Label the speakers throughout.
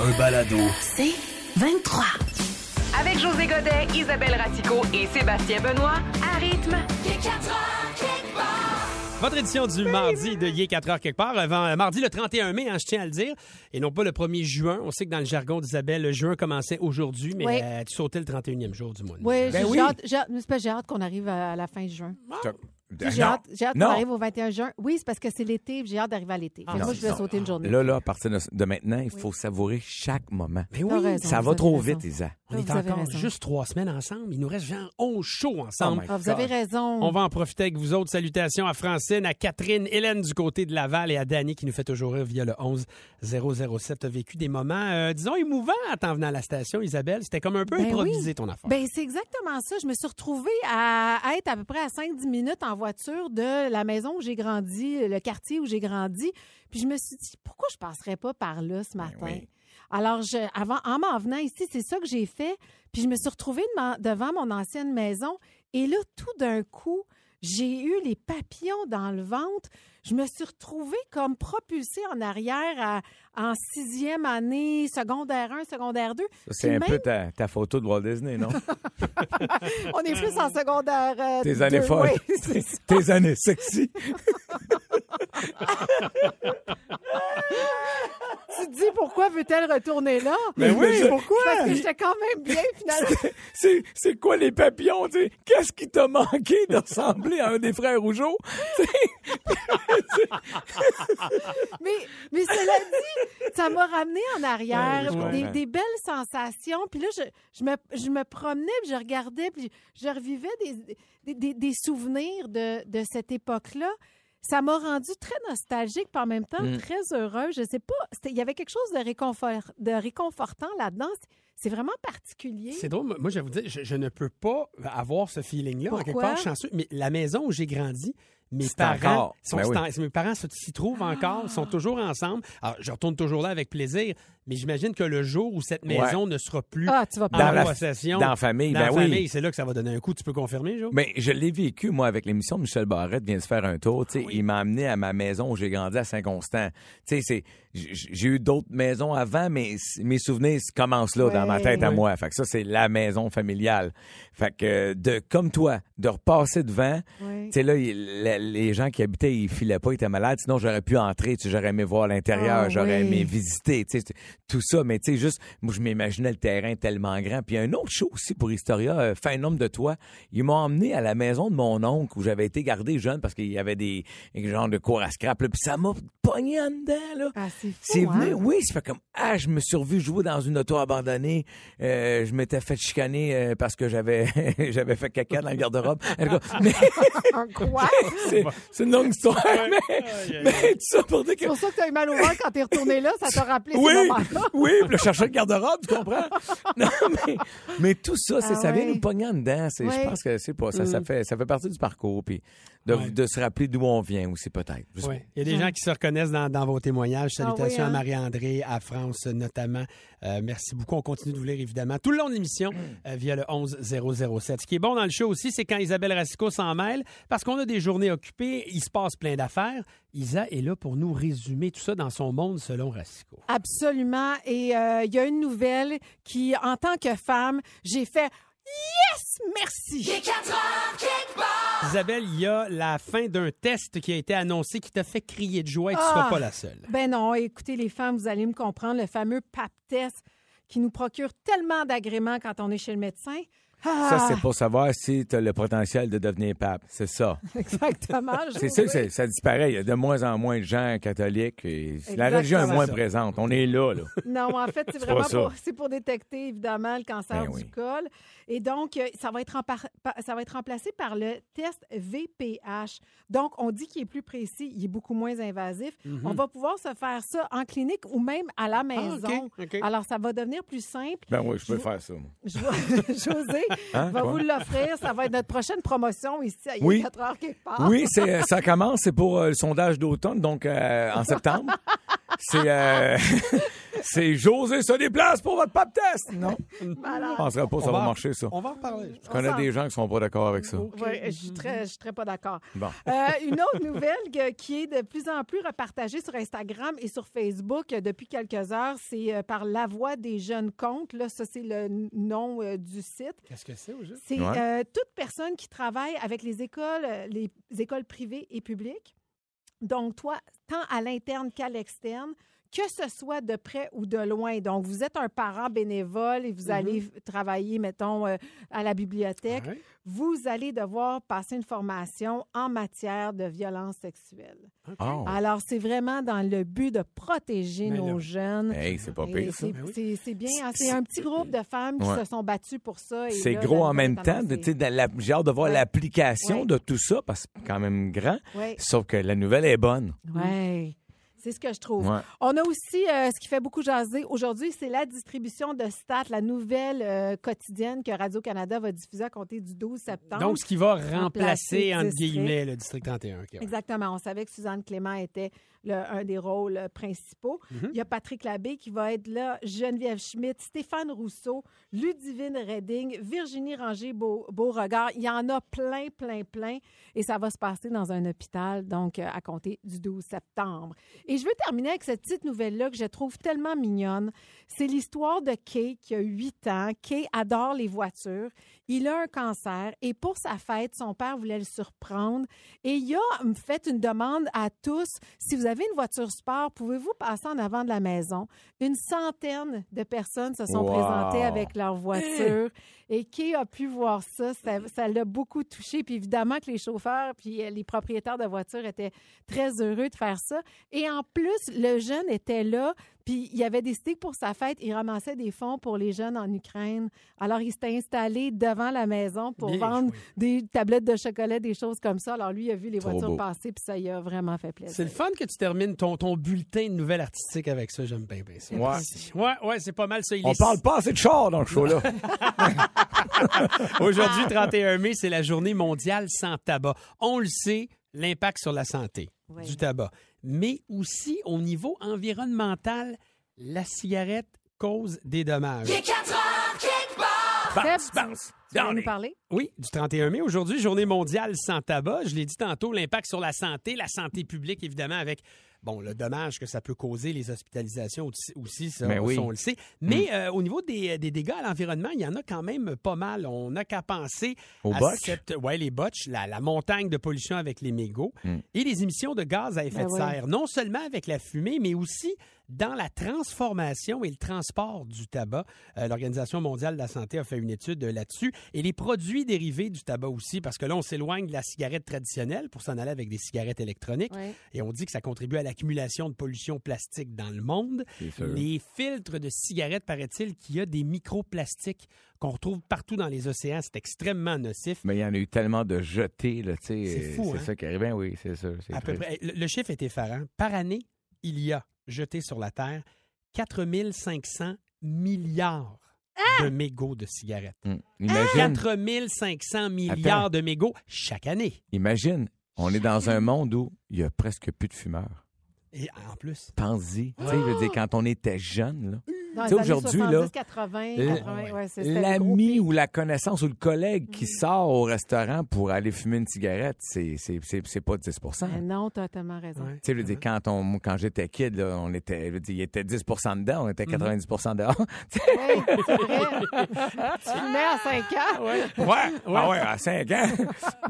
Speaker 1: Un balado.
Speaker 2: C'est 23.
Speaker 3: Avec José Godet, Isabelle Ratico et Sébastien Benoît, à rythme.
Speaker 4: Votre édition du mardi de Yé 4 heures quelque part, avant, euh, mardi le 31 mai, hein, je tiens à le dire, et non pas le 1er juin. On sait que dans le jargon d'Isabelle, le juin commençait aujourd'hui, mais
Speaker 5: Oui.
Speaker 4: euh, tu sautais le 31e jour du mois. de
Speaker 5: Oui,
Speaker 4: novembre.
Speaker 5: j'ai j'ai hâte, j'ai hâte- mais c'est pas- j'ai hâte qu'on arrive à à la fin juin. Puis J'ai
Speaker 6: Non.
Speaker 5: hâte, j'ai hâte qu'on
Speaker 6: Non.
Speaker 5: arrive au 21 juin. Oui, c'est parce que c'est l'été, puis j'ai hâte d'arriver à l'été. Fait que
Speaker 6: Non,
Speaker 5: moi, je
Speaker 6: c'est
Speaker 5: vais
Speaker 6: ça.
Speaker 5: sauter une journée.
Speaker 6: Là, là, à partir de, de maintenant, il faut savourer chaque moment.
Speaker 4: Mais
Speaker 5: T'as
Speaker 4: Ben oui,
Speaker 5: raison,
Speaker 6: Ça
Speaker 5: Ben, vous
Speaker 6: va
Speaker 5: avez
Speaker 6: trop
Speaker 5: raison.
Speaker 6: vite, Isa.
Speaker 4: on est
Speaker 5: Ah, Vous avez
Speaker 4: encore
Speaker 5: raison.
Speaker 4: juste trois semaines ensemble. Il nous reste genre 11 shows ensemble.
Speaker 6: Oh my
Speaker 5: Ah, vous avez raison.
Speaker 4: On va en profiter avec vous autres. Salutations à Francine, à Catherine, Hélène du côté de Laval et à Dany qui nous fait toujours rire via le 11 007. T'as vécu des moments, euh, disons, émouvants en t'en venant à la station, Isabelle. C'était comme un peu
Speaker 5: Ben
Speaker 4: improvisé
Speaker 5: oui.
Speaker 4: ton affaire.
Speaker 5: Ben, c'est exactement ça. Je me suis retrouvée à à être à peu près à 5-10 minutes en voiture de la maison où j'ai grandi, le quartier où j'ai grandi. Puis je me suis dit, pourquoi je passerais pas par là ce matin?
Speaker 6: Ben oui.
Speaker 5: Alors, je, avant, en m'en venant ici, c'est ça que j'ai fait. Puis je me suis retrouvée dema- devant mon ancienne maison. Et là, tout d'un coup, j'ai eu les papillons dans le ventre. Je me suis retrouvée comme propulsée en arrière à- en sixième année, secondaire 1, secondaire 2.
Speaker 6: Ça, C'est
Speaker 5: Puis
Speaker 6: un
Speaker 5: même-
Speaker 6: peu ta, ta photo de Walt Disney, non?
Speaker 5: on est plus en secondaire. euh,
Speaker 6: Tes années
Speaker 5: deux,
Speaker 6: folles.
Speaker 5: oui, c'est ça.
Speaker 6: Tes années sexy.
Speaker 5: tu te dis pourquoi veut-elle retourner là?
Speaker 6: Mais oui,
Speaker 5: Je-
Speaker 6: pourquoi?
Speaker 5: Parce que j'étais quand même bien finalement.
Speaker 6: C'est c'est quoi les papillons? tu sais? Qu'est-ce qui t'a manqué de ressembler à un des frères Rougeau? Tu sais,
Speaker 5: mais, mais cela dit, ça m'a ramené en arrière,
Speaker 6: Ouais, je
Speaker 5: des,
Speaker 6: comprends.
Speaker 5: des belles sensations. Puis là, je, je, me, je me promenais, puis je regardais, puis je revivais des, des, des- des souvenirs de, de cette époque-là. Ça m'a rendue très nostalgique, puis en même temps
Speaker 6: Mm.
Speaker 5: très heureuse. Je sais pas, c'était- il y avait quelque chose de, réconfort- de réconfortant là-dedans. C'est- C'est vraiment particulier.
Speaker 4: C'est drôle. Moi, je vais vous dire, je, je ne peux pas avoir ce feeling-là. En quelque
Speaker 5: Pourquoi?
Speaker 4: part, je suis chanceux. Mais la maison où j'ai grandi, mes
Speaker 6: C'est
Speaker 4: parents,
Speaker 6: encore.
Speaker 4: sont,
Speaker 6: Ben oui.
Speaker 4: c'est en- mes parents se- s'y trouvent
Speaker 5: Ah.
Speaker 4: encore, sont toujours ensemble. Alors, je retourne toujours là avec plaisir, mais j'imagine que le jour où cette
Speaker 6: Ouais.
Speaker 4: maison ne sera plus
Speaker 5: Ah, tu vas pas.
Speaker 4: en
Speaker 6: Dans la-
Speaker 4: possession,
Speaker 6: dans la famille,
Speaker 4: dans
Speaker 6: ben
Speaker 4: la
Speaker 6: oui.
Speaker 4: famille, c'est là que ça va donner un coup. Tu peux confirmer, Jo?
Speaker 6: Mais Ben, je l'ai vécu, moi, avec l'émission de Michel Barrette vient de se faire un tour. tu sais, Il m'a amené à ma maison où j'ai grandi à Saint-Constant. Tu sais, c'est- j- J'ai eu d'autres maisons avant, mais c- mes souvenirs se commencent là dans ma
Speaker 5: Ouais.
Speaker 6: tête à
Speaker 4: Ouais.
Speaker 6: moi. Fait que ça, c'est la maison familiale. Fait que euh, de comme toi, de repasser devant,
Speaker 5: Ouais.
Speaker 6: tu sais, là, il- la- les gens qui habitaient, ils filaient pas, ils étaient malades. Sinon, j'aurais pu entrer, tu sais, j'aurais aimé voir l'intérieur,
Speaker 5: Ah,
Speaker 6: j'aurais
Speaker 5: oui.
Speaker 6: aimé visiter, tu sais, c'est- tout ça. Mais tu sais, juste, moi, je m'imaginais le terrain tellement grand. Puis il y a un autre show aussi pour Historia, euh, Fin homme de toi. Ils m'ont emmené à la maison de mon oncle où j'avais été gardé jeune parce qu'il y avait des des genres de cours à scrap. là. Puis ça m'a pogné en dedans, là.
Speaker 5: Ah, c'est fou,
Speaker 6: C'est venu,
Speaker 5: hein?
Speaker 6: oui, ça fait comme ah, je me suis revu jouer dans une auto abandonnée. Euh, je m'étais fait chicaner euh, parce que j'avais j'avais fait caca dans le garde-robe. En tout cas, mais-
Speaker 5: Un quoi?
Speaker 6: c'est c'est une longue histoire, mais, mais tout ça pour dire que...
Speaker 5: C'est pour ça que tu as eu mal au ventre quand t'es retourné là, ça t'a rappelé
Speaker 6: Oui,
Speaker 5: ce moment-là.
Speaker 6: oui, puis le chercheur de garde-robe, tu comprends? Non, mais, mais tout ça, c'est
Speaker 5: Ah
Speaker 6: ça vient
Speaker 5: ouais.
Speaker 6: nous pogner en dedans. C'est-
Speaker 5: Ouais. Mm.
Speaker 6: Je pense que c'est pas ça. Ça, fait, ça fait partie du parcours, puis de,
Speaker 4: Ouais.
Speaker 6: de se rappeler d'où on vient aussi, peut-être. Je sais
Speaker 4: Ouais. Il y a des gens qui se reconnaissent dans, dans vos témoignages. Salutations
Speaker 5: Ah oui,
Speaker 4: à
Speaker 5: hein?
Speaker 4: Marie-André, à France notamment. Euh, merci beaucoup. On continue de vous lire évidemment tout le long de l'émission euh, via le 11007. Ce qui est bon dans le show aussi, c'est quand Isabelle Racicot s'en mêle parce qu'on a des journées occupées, il se passe plein d'affaires. Isa est là pour nous résumer tout ça dans son monde selon Racicot.
Speaker 5: Absolument. Et euh, il y a une nouvelle qui, en tant que femme, j'ai fait Yes, merci.
Speaker 4: Isabelle, il y a la fin d'un test qui a été annoncé qui t'a fait crier de joie et tu ne
Speaker 5: Ah!
Speaker 4: seras pas la seule.
Speaker 5: Ben non, écoutez, les femmes, vous allez me comprendre, le fameux pap test qui nous procure tellement d'agréments quand on est chez le médecin. Ah!
Speaker 6: Ça, c'est pour savoir si tu as le potentiel de devenir pape. C'est ça.
Speaker 5: Ah, Exactement.
Speaker 6: C'est ça, c'est- ça disparaît. Il y a de moins en moins de gens catholiques. et la
Speaker 5: Exactement.
Speaker 6: religion est moins présente. On est là, là.
Speaker 5: Non, en fait, c'est
Speaker 6: C'est
Speaker 5: vraiment
Speaker 6: pas ça.
Speaker 5: pour, c'est pour détecter évidemment le cancer
Speaker 6: Ben
Speaker 5: du
Speaker 6: oui.
Speaker 5: col. Et donc, euh, ça va, être rempar- pa- ça va être remplacé par le test VPH. Donc, on dit qu'il est plus précis, il est beaucoup moins invasif. On va pouvoir se faire ça en clinique ou même à la maison.
Speaker 4: Mhm. Ah, OK, OK.
Speaker 5: Alors, ça va devenir plus simple.
Speaker 6: Ben oui, je peux
Speaker 5: Je-
Speaker 6: faire ça. moi.
Speaker 5: Je vais- José
Speaker 6: Hein,
Speaker 5: va
Speaker 6: quoi?
Speaker 5: vous l'offrir. Ça va être notre prochaine promotion ici à
Speaker 6: Oui.
Speaker 5: 4 heures quelque part.
Speaker 6: Oui, c'est, ça commence. C'est pour euh, le sondage d'automne, donc euh, en septembre. C'est, euh, c'est José se déplace pour votre pape test. Non, je
Speaker 5: Voilà.
Speaker 6: penserais pas que ça
Speaker 4: On
Speaker 6: va
Speaker 4: en-
Speaker 6: marcher, ça.
Speaker 4: On va en reparler.
Speaker 6: Je connais
Speaker 5: s'en-
Speaker 6: des gens qui sont pas d'accord avec ça.
Speaker 5: Ouais, je suis très, je suis très pas d'accord.
Speaker 6: Bon.
Speaker 5: Euh, une autre nouvelle que- qui est de plus en plus repartagée sur Instagram et sur Facebook euh, depuis quelques heures, c'est euh, par La Voix des Jeunes Comptes. Là, ça, c'est le n- nom euh, du site.
Speaker 4: Qu'est-ce que c'est au juste?
Speaker 5: C'est
Speaker 6: Ouais.
Speaker 5: euh, toute personne qui travaille avec les écoles, euh, les écoles privées et publiques. Donc, toi, tant à l'interne qu'à l'externe, que ce soit de près ou de loin. Donc, vous êtes un parent bénévole et vous allez f- travailler, mettons, euh, à la bibliothèque.
Speaker 4: Ouais.
Speaker 5: Vous allez devoir passer une formation en matière de violence sexuelle.
Speaker 6: Oh.
Speaker 5: Alors, c'est vraiment dans le but de protéger
Speaker 4: Mais
Speaker 5: nos
Speaker 4: là.
Speaker 5: jeunes.
Speaker 6: Hey, c'est Eh, pas
Speaker 5: Et
Speaker 6: pire, ça.
Speaker 5: c'est-
Speaker 4: Ben oui.
Speaker 5: C'est c'est bien. hein. C'est
Speaker 6: C'est-
Speaker 5: un petit groupe de femmes qui
Speaker 6: Ouais.
Speaker 5: se sont battues pour ça. et
Speaker 6: C'est
Speaker 5: là,
Speaker 6: gros
Speaker 5: la
Speaker 6: en même
Speaker 5: nouvelle
Speaker 6: temps.
Speaker 5: tendance,
Speaker 6: tu sais, dans la- J'ai hâte de voir
Speaker 5: Ouais.
Speaker 6: l'application
Speaker 5: Ouais.
Speaker 6: de tout ça, parce que c'est quand même grand.
Speaker 5: Ouais.
Speaker 6: Sauf que la nouvelle est bonne.
Speaker 5: Ouais. C'est ce que je trouve.
Speaker 6: Ouais.
Speaker 5: On a aussi euh, ce qui fait beaucoup jaser aujourd'hui, c'est la distribution de stats, la nouvelle euh, quotidienne que Radio-Canada va diffuser à compter du 12 septembre.
Speaker 4: Donc, ce qui va
Speaker 5: remplacer
Speaker 4: remplacer, entre
Speaker 5: district.
Speaker 4: guillemets, le district 31. OK, ouais.
Speaker 5: Exactement. On savait que Suzanne Clément était le- un des rôles euh, principaux.
Speaker 4: Mhm.
Speaker 5: Il y a Patrick Labbé qui va être là, Geneviève Schmidt, Stéphane Rousseau, Ludivine Redding, Virginie Rangé-Beauregard. Il y en a plein, plein, plein. Et ça va se passer dans un hôpital, donc euh, à compter du 12 septembre. Et je veux terminer avec cette petite nouvelle-là que je trouve tellement mignonne. C'est l'histoire de Kay qui a 8 ans. Kay adore les voitures. Il a un cancer et pour sa fête, son père voulait le surprendre. Et il a hum, fait une demande à tous. Si vous avez une voiture sport, pouvez-vous passer en avant de la maison? Une centaine de personnes se sont
Speaker 6: Wow.
Speaker 5: présentées avec leur voiture. Et Kay a pu voir ça. Ça ça l'a beaucoup touché. Puis évidemment que les chauffeurs puis euh, les propriétaires de voitures étaient très heureux de faire ça. Et en plus, le jeune était là. Puis il avait décidé que pour sa fête, il ramassait des fonds pour les jeunes en Ukraine. Alors, il s'était installé devant la maison pour
Speaker 4: Bien
Speaker 5: vendre
Speaker 4: joué.
Speaker 5: des tablettes de chocolat, des choses comme ça. Alors, lui, il a vu les
Speaker 6: Trop
Speaker 5: voitures
Speaker 6: beau.
Speaker 5: passer, puis ça lui a vraiment fait plaisir.
Speaker 4: C'est le fun que tu termines ton, ton bulletin de nouvelles artistiques avec ça. J'aime bien, bien ça.
Speaker 6: Ouais.
Speaker 4: Ouais, ouais, c'est pas mal ça. Il
Speaker 6: On
Speaker 4: est-
Speaker 6: parle pas assez de char dans le show-là.
Speaker 5: Ah.
Speaker 4: Aujourd'hui, 31 mai, c'est la journée mondiale sans tabac. On le sait, l'impact sur la santé
Speaker 5: Oui.
Speaker 4: du tabac, mais aussi au niveau environnemental, la cigarette cause des dommages.
Speaker 5: Seb,
Speaker 6: bounce, bounce.
Speaker 5: Tu veux nous
Speaker 6: Donner.
Speaker 5: parler?
Speaker 4: Oui, du 31 mai. Aujourd'hui, journée mondiale sans tabac. Je l'ai dit tantôt, l'impact sur la santé, la santé publique, évidemment, avec bon le dommage que ça peut causer, les hospitalisations aussi- aussi, ça,
Speaker 6: Mais oui.
Speaker 4: ça, on le sait. Mais euh, au niveau des, des dégâts à l'environnement, il y en a quand même pas mal. On n'a qu'à penser
Speaker 6: Aux
Speaker 4: à
Speaker 6: botches?
Speaker 4: cette- ouais, les botches, la, la montagne de pollution avec les mégots et les émissions de gaz à effet
Speaker 5: Ben
Speaker 4: de
Speaker 5: oui.
Speaker 4: serre, non seulement avec la fumée, mais aussi dans la transformation et le transport du tabac. Euh, L'Organisation mondiale de la santé a fait une étude euh, là-dessus. Et les produits dérivés du tabac aussi, parce que là, on s'éloigne de la cigarette traditionnelle pour s'en aller avec des cigarettes électroniques.
Speaker 5: Oui.
Speaker 4: Et on dit que ça contribue à l'accumulation de pollution plastique dans le monde. Les filtres de cigarettes, paraît-il, qu'il y a des microplastiques qu'on retrouve partout dans les océans. C'est extrêmement nocif.
Speaker 6: Mais il y en a eu tellement de jetés, là, tu sais.
Speaker 4: C'est
Speaker 6: euh,
Speaker 4: fou,
Speaker 6: C'est
Speaker 4: hein?
Speaker 6: ça qui arrive. Ben oui, c'est ça. c'est
Speaker 4: À peu
Speaker 6: triste.
Speaker 4: près. Le, le chiffre est effarant. Par année, il y a jeté sur la Terre 4500 milliards de mégots de cigarettes.
Speaker 5: Hein?
Speaker 6: Hum. Imagine,
Speaker 4: 4500 milliards de mégots chaque année.
Speaker 6: imagine, on est dans un monde où il y a presque plus de fumeurs.
Speaker 4: Et en plus.
Speaker 6: Pense-y. Tu sais, je veux dire, quand on était jeune, là,
Speaker 5: Dans
Speaker 6: Tu sais,
Speaker 5: les années
Speaker 6: aujourd'hui,
Speaker 5: 70,
Speaker 6: là,
Speaker 5: 80,
Speaker 6: la-
Speaker 5: 80, ouais, c'est- c'était le gros Mm.
Speaker 6: l'ami
Speaker 5: pic.
Speaker 6: ou la connaissance ou le collègue qui sort au restaurant pour aller fumer une cigarette, c'est, c'est, c'est, c'est pas 10
Speaker 5: Mais
Speaker 6: Tu
Speaker 5: non, tu as tellement raison.
Speaker 4: Ouais.
Speaker 6: sais, je veux dire, quand, on, moi, quand j'étais kid, là, on était, je veux dire, il était 10 dedans, on
Speaker 5: Mm-hmm.
Speaker 6: était 90 dehors. Tu sais,
Speaker 5: Oui, c'est vrai. tu fumais à 5 ans.
Speaker 6: ouais, ah ouais, à 5 ans,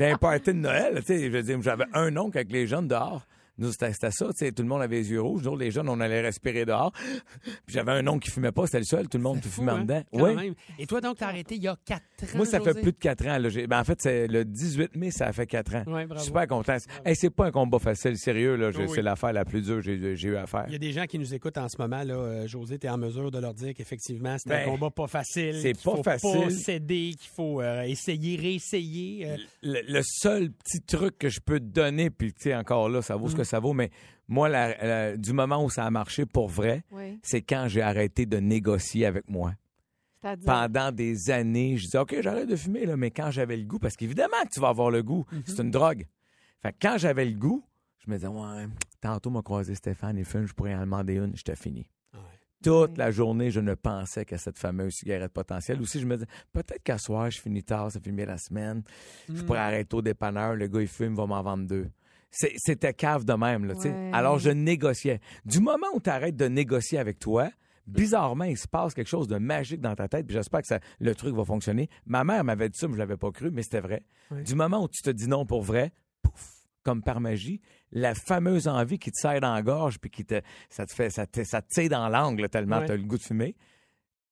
Speaker 6: d'un party de Noël, tu sais, je veux dire, j'avais un oncle avec les jeunes dehors. Nous, c'était c'était ça, tu sais, tout le monde avait les yeux rouges. Nous, autres, les jeunes, on allait respirer dehors. Puis j'avais un oncle qui fumait pas, c'était le seul. Tout le monde qui fumait en
Speaker 4: Fou, hein,
Speaker 6: dedans.
Speaker 4: quand
Speaker 6: Oui.
Speaker 4: même. Et toi, donc, t'as arrêté il y a quatre ans.
Speaker 6: Moi, ça fait
Speaker 4: José?
Speaker 6: plus de 4 ans. Là. J'ai- ben, en fait, c'est le 18 mai, ça fait 4 ans.
Speaker 4: Ouais,
Speaker 6: Je
Speaker 4: bravo.
Speaker 6: suis super content. Hey, c'est pas un combat facile, sérieux. Là. J'ai-
Speaker 4: Oui.
Speaker 6: C'est l'affaire la plus dure que j'ai, j'ai eu à faire.
Speaker 4: Il y a des gens qui nous écoutent en ce moment. Là, euh, José, tu es en mesure de leur dire qu'effectivement, c'est
Speaker 6: Ben,
Speaker 4: un combat pas facile.
Speaker 6: c'est
Speaker 4: qu'il
Speaker 6: pas
Speaker 4: faut pas
Speaker 6: facile.
Speaker 4: céder, qu'il faut euh, essayer, réessayer. euh,
Speaker 6: Le, le seul petit truc que je peux te donner, puis tu sais, encore là, ça vaut
Speaker 4: Mm.
Speaker 6: ce que ça vaut, mais moi, la- la- du moment où ça a marché pour vrai,
Speaker 5: Oui.
Speaker 6: c'est quand j'ai arrêté de négocier avec moi.
Speaker 5: C'est-à-dire.
Speaker 6: pendant des années, je disais, OK, j'arrête de fumer, là, mais quand j'avais le goût, parce qu'évidemment que tu vas avoir le goût, c'est une drogue. Fait que quand j'avais le goût, je me disais, ouais, tantôt m'a croisé Stéphane, il fume, je pourrais en demander une, j'étais fini. Toute
Speaker 5: Ouais.
Speaker 6: la journée, je ne pensais qu'à cette fameuse cigarette potentielle. Aussi, je me disais, peut-être qu'à soir, je finis tard, ça finit bien la semaine. Je pourrais arrêter au dépanneur, le gars, il fume, il va m'en vendre deux. C'est- C'était cave de même, là, tu sais.
Speaker 5: Ouais.
Speaker 6: Alors, je négociais. Du moment où tu arrêtes de négocier avec toi, bizarrement, il se passe quelque chose de magique dans ta tête, puis j'espère que ça, le truc va fonctionner. Ma mère m'avait dit ça, mais je l'avais pas cru, mais c'était vrai. Du moment où tu te dis non pour vrai, pouf, comme par magie, la fameuse envie qui te serre dans la gorge, puis qui te, ça te fait, ça te, ça te tire dans l'angle tellement
Speaker 4: Ouais.
Speaker 6: tu as le goût de fumer,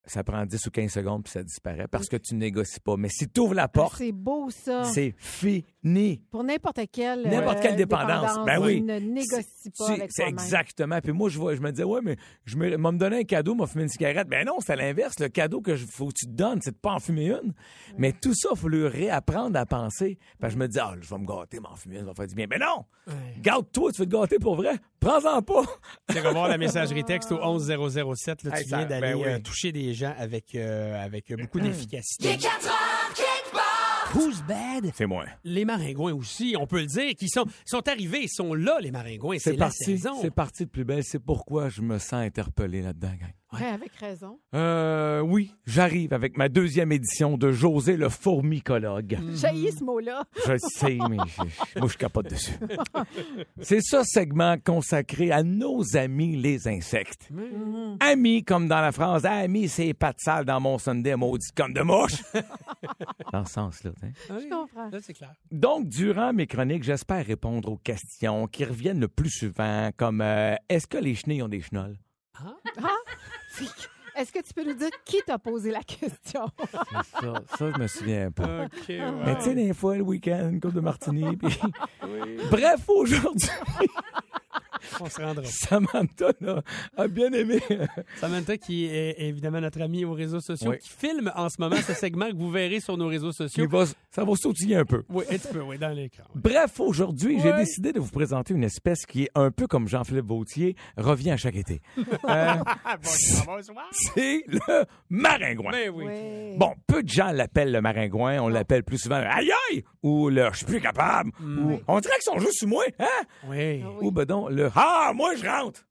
Speaker 6: ça prend 10 ou 15 secondes, puis ça disparaît parce que tu négocies pas. Mais si tu ouvres la
Speaker 5: Ah,
Speaker 6: porte,
Speaker 5: c'est beau, ça.
Speaker 6: c'est fini.
Speaker 5: Pour n'importe quelle.
Speaker 6: N'importe quelle
Speaker 5: euh,
Speaker 6: dépendance. Ben
Speaker 5: tu
Speaker 6: oui.
Speaker 5: ne négocie pas
Speaker 6: C'est-
Speaker 5: avec
Speaker 6: C'est
Speaker 5: toi-même.
Speaker 6: exactement. Puis moi, je, vois, je me disais, ouais, mais je me, m'a me donner un cadeau, m'a fumé une cigarette. Ben non, c'est à l'inverse. Le cadeau que je- faut que tu te donnes, c'est de pas en fumer une. Mais tout ça, faut le réapprendre à penser. Parce que je me dis, ah, je vais me gâter, m'en fumer, une, ça va faire du bien. Mais non! Garde-toi, tu veux te gâter pour vrai. Prends-en pas!
Speaker 4: Allez revoir la messagerie texte au 11007. Là, tu
Speaker 6: Hey, ça-
Speaker 4: viens d'aller
Speaker 6: ben oui. Mm-hmm.
Speaker 4: euh, toucher des gens avec, euh, avec euh, beaucoup d'efficacité. Who's bad?
Speaker 6: C'est moi.
Speaker 4: Les maringouins aussi, on peut le dire, qui sont, sont arrivés, ils sont là, les maringouins. C'est
Speaker 6: C'est
Speaker 4: la
Speaker 6: parti.
Speaker 4: saison.
Speaker 6: C'est parti de plus belle. C'est pourquoi je me sens interpellé là-dedans, gang.
Speaker 5: Ouais, avec raison.
Speaker 6: Euh, oui, j'arrive avec ma deuxième édition de José le fourmicologue.
Speaker 5: Mm. J'ai ce mot-là.
Speaker 6: Je le sais, mais je- moi, je capote dessus. C'est ce segment consacré à nos amis les insectes. Mm-hmm. Amis, comme dans la phrase « Amis, c'est pas de sale dans mon Sunday, maudit comme de mouche! » Dans ce sens-là. tu sais.
Speaker 4: Ah Oui,
Speaker 5: comprends.
Speaker 4: Là, c'est clair.
Speaker 6: Donc, durant mes chroniques, j'espère répondre aux questions qui reviennent le plus souvent, comme euh, Est-ce que les chenilles ont des chenolles?
Speaker 5: Est-ce que tu peux nous dire qui t'a posé la question? »
Speaker 6: ça, ça, je me souviens pas.
Speaker 4: OK,
Speaker 6: Mais tu sais, des fois, le week-end, une coupe de martini, puis... Bref, aujourd'hui,
Speaker 4: on se rendra.
Speaker 6: Samantha là, a bien aimé euh,
Speaker 4: Samantha, qui est évidemment notre amie aux réseaux sociaux,
Speaker 6: Oui.
Speaker 4: qui filme en ce moment ce segment que vous verrez sur nos réseaux sociaux.
Speaker 6: Il va s- ça va sautiller un peu.
Speaker 4: Oui, un petit peu, oui, dans l'écran. oui.
Speaker 6: Bref, aujourd'hui, j'ai décidé de vous présenter une espèce qui est un peu comme Jean-Philippe Vautier, revient à chaque été. Euh, c'est le maringouin.
Speaker 4: Ben oui.
Speaker 5: Ouais.
Speaker 6: Bon, peu de gens l'appellent le maringouin, on l'appelle plus souvent le aïe aïe ou le je suis plus capable ou on dirait qu'ils sont juste sous moi, hein?
Speaker 4: Oui.
Speaker 5: Oui.
Speaker 6: Ou ben donc, le Ah, moi je rentre.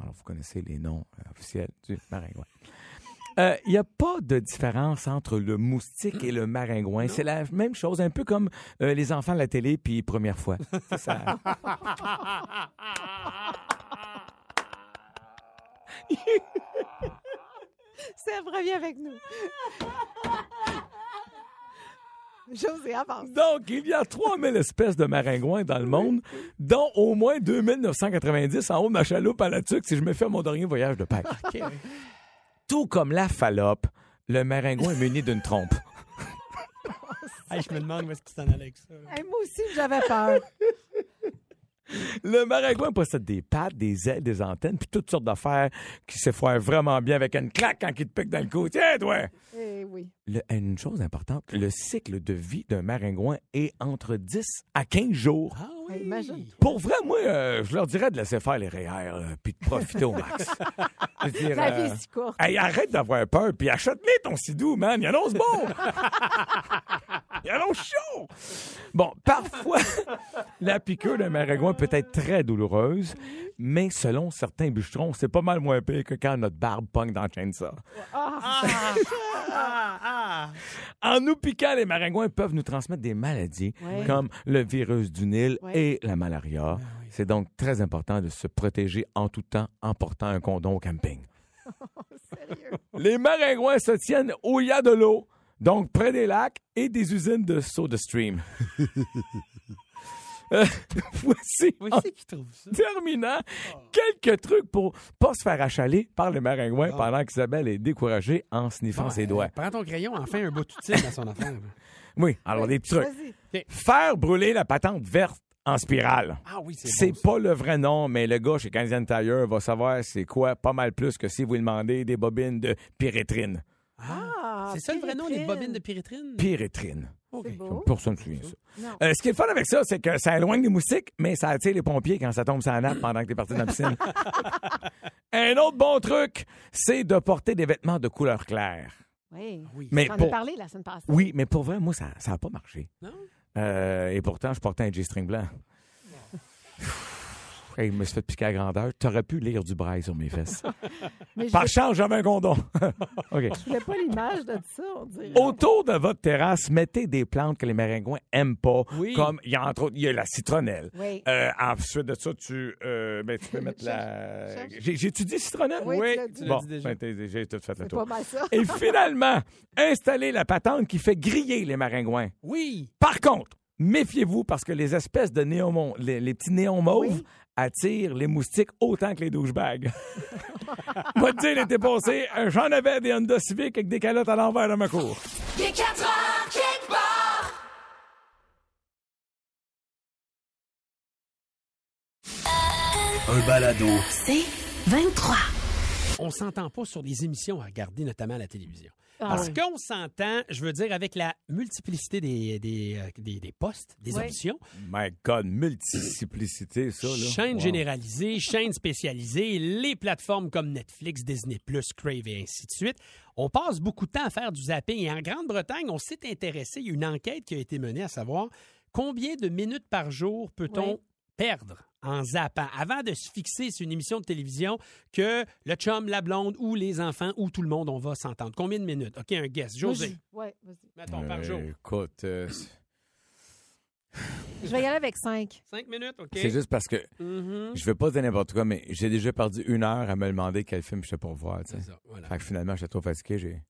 Speaker 6: Alors, vous connaissez les noms euh, officiels du maringouin. Euh, Il n'y a pas de différence entre le moustique et le maringouin. C'est la même chose, un peu comme euh, les enfants de la télé puis première fois. C'est ça.
Speaker 5: Seb, reviens avec nous. José, avance.
Speaker 6: Donc, il y a 3000 espèces de maringouins dans le monde, dont au moins 2990 en haut de ma chaloupe à la tuque si je me fais mon dernier voyage de Pâques. Tout comme la falope, le maringouin est muni d'une trompe. Oh.
Speaker 4: Hey, je me demande où est-ce que tu t'en allais avec ça. là.
Speaker 5: Hey, moi aussi, j'avais peur.
Speaker 6: Le maringouin possède des pattes, des ailes, des antennes, puis toutes sortes d'affaires qui se foirent vraiment bien avec une claque quand il te pique dans le cou. Tiens, toi!
Speaker 5: Eh oui.
Speaker 6: Le- une chose importante, le cycle de vie d'un maringouin est entre 10 à 15 jours.
Speaker 4: Ah oui.
Speaker 5: Hey, imagine.
Speaker 6: Pour vrai, moi, euh, je leur dirais de laisser faire les REER, euh, puis de profiter au max. Je veux dire,
Speaker 5: La vie
Speaker 6: euh,
Speaker 5: est si courte.
Speaker 6: Hey, arrête d'avoir peur, puis achète-les ton sidou, man. Il annonce bon. Il annonce chaud. Bon, parfois, la piqûre d'un maringouin peut être très douloureuse, mais selon certains bûcherons, c'est pas mal moins pire que quand notre barbe pogne dans ça.
Speaker 4: Ah,
Speaker 6: Ah. En nous piquant, les maringouins peuvent nous transmettre des maladies
Speaker 5: Ouais.
Speaker 6: comme le virus du Nil
Speaker 5: Ouais. Ah
Speaker 6: et la malaria. C'est donc très important de se protéger en tout temps en portant un condom au camping.
Speaker 5: Sérieux.
Speaker 6: Les maringouins se tiennent où il y a de l'eau, donc près des lacs et des usines de soda stream. Euh, voici
Speaker 4: Oui,
Speaker 6: en
Speaker 4: c'est qui trouve ça?
Speaker 6: terminant quelques trucs pour pas se faire achaler par le maringouin
Speaker 5: Ah.
Speaker 6: pendant qu'Isabelle est découragée en sniffant
Speaker 4: Bon,
Speaker 6: ses
Speaker 4: euh,
Speaker 6: doigts.
Speaker 4: Prends ton crayon, enfin un beau tutine à son affaire.
Speaker 6: Oui, alors Euh, des petits trucs.
Speaker 5: Vas-y.
Speaker 6: Faire brûler la patente verte en spirale.
Speaker 4: Ah oui, c'est
Speaker 6: C'est
Speaker 4: bon, ça.
Speaker 6: pas le vrai nom, mais le gars chez Canadian Tire va savoir c'est quoi pas mal plus que si vous lui demandez des bobines de pyrétrine.
Speaker 5: Ah,
Speaker 4: C'est ça le vrai nom des
Speaker 5: Pyrétrine.
Speaker 4: bobines de pyrétrine?
Speaker 6: Pyrétrine.
Speaker 4: OK.
Speaker 5: C'est beau.
Speaker 6: Personne ne se souvient de ça.
Speaker 5: Non.
Speaker 6: Euh, ce qui est le fun avec ça, c'est que ça éloigne les moustiques, mais ça attire les pompiers quand ça tombe sur la nappe pendant que t'es parti dans la piscine. Un autre bon truc, c'est de porter des vêtements de couleur claire.
Speaker 5: Oui.
Speaker 4: Oui.
Speaker 6: Mais
Speaker 5: J'en ai
Speaker 6: pour-
Speaker 5: parlé la semaine passée.
Speaker 6: Oui, mais pour vrai, moi, ça n'a pas marché.
Speaker 4: Non?
Speaker 6: Euh, et pourtant, je portais un G-string blanc. Hey, il me suis fait piquer à grandeur. T'aurais pu lire du braille sur mes fesses.
Speaker 5: Mais je
Speaker 6: Par chance, j'avais un condom. OK.
Speaker 5: je voulais pas l'image de ça, on dirait.
Speaker 6: Autour de votre terrasse, mettez des plantes que les maringouins aiment pas.
Speaker 4: Oui.
Speaker 6: Comme, il y a entre autres, il y a la citronnelle.
Speaker 5: Oui.
Speaker 6: Euh, ensuite de ça, tu, euh, ben, tu peux mettre la...
Speaker 5: Cherche, cherche.
Speaker 6: J'ai- J'ai-tu dit citronnelle?
Speaker 5: Oui, tu l'as dit.
Speaker 4: tu l'as
Speaker 6: Bon,
Speaker 4: dit déjà.
Speaker 6: ben, t'es- j'ai tout fait le
Speaker 5: C'est pas
Speaker 6: tour.
Speaker 5: mal ça.
Speaker 6: Et finalement, installez la patente qui fait griller les maringouins.
Speaker 4: Oui!
Speaker 6: Par contre, méfiez-vous parce que les espèces de néons, les, les petits néons mauves attirent les moustiques autant que les douchebags. Moi, te dire, l'été passé, euh, j'en avais des Honda Civic avec des calottes à l'envers dans ma cour.
Speaker 1: Un balado.
Speaker 2: C'est 23.
Speaker 4: On s'entend pas sur les émissions à regarder, notamment à la télévision.
Speaker 5: Ah
Speaker 4: Parce
Speaker 5: oui.
Speaker 4: qu'on s'entend, je veux dire, avec la multiplicité des, des, euh, des- des postes, des
Speaker 5: Oui.
Speaker 4: options,
Speaker 6: My God, multiplicité, ça, là.
Speaker 4: chaînes
Speaker 6: Wow.
Speaker 4: généralisées, chaînes spécialisées, les plateformes comme Netflix, Disney+, Crave et ainsi de suite. On passe beaucoup de temps à faire du zapping. Et en Grande-Bretagne, on s'est intéressé, il y a une enquête qui a été menée à savoir combien de minutes par jour peut-on
Speaker 5: Oui.
Speaker 4: perdre en zappant avant de se fixer sur une émission de télévision que le chum, la blonde ou les enfants ou tout le monde, on va s'entendre. Combien de minutes? OK, un guess. José,
Speaker 5: Ouais, vas-y.
Speaker 4: mettons par
Speaker 6: Euh,
Speaker 4: jour.
Speaker 6: Écoute, euh, c'est-
Speaker 5: Je vais y aller avec cinq.
Speaker 4: Cinq minutes, OK.
Speaker 6: c'est juste parce que
Speaker 4: Mhm.
Speaker 6: je veux pas dire n'importe quoi, mais j'ai déjà perdu une heure à me demander quel film j'étais pour voir, tu sais.
Speaker 4: C'est ça, voilà.
Speaker 6: Fait que finalement, j'étais trop fatigué. J'ai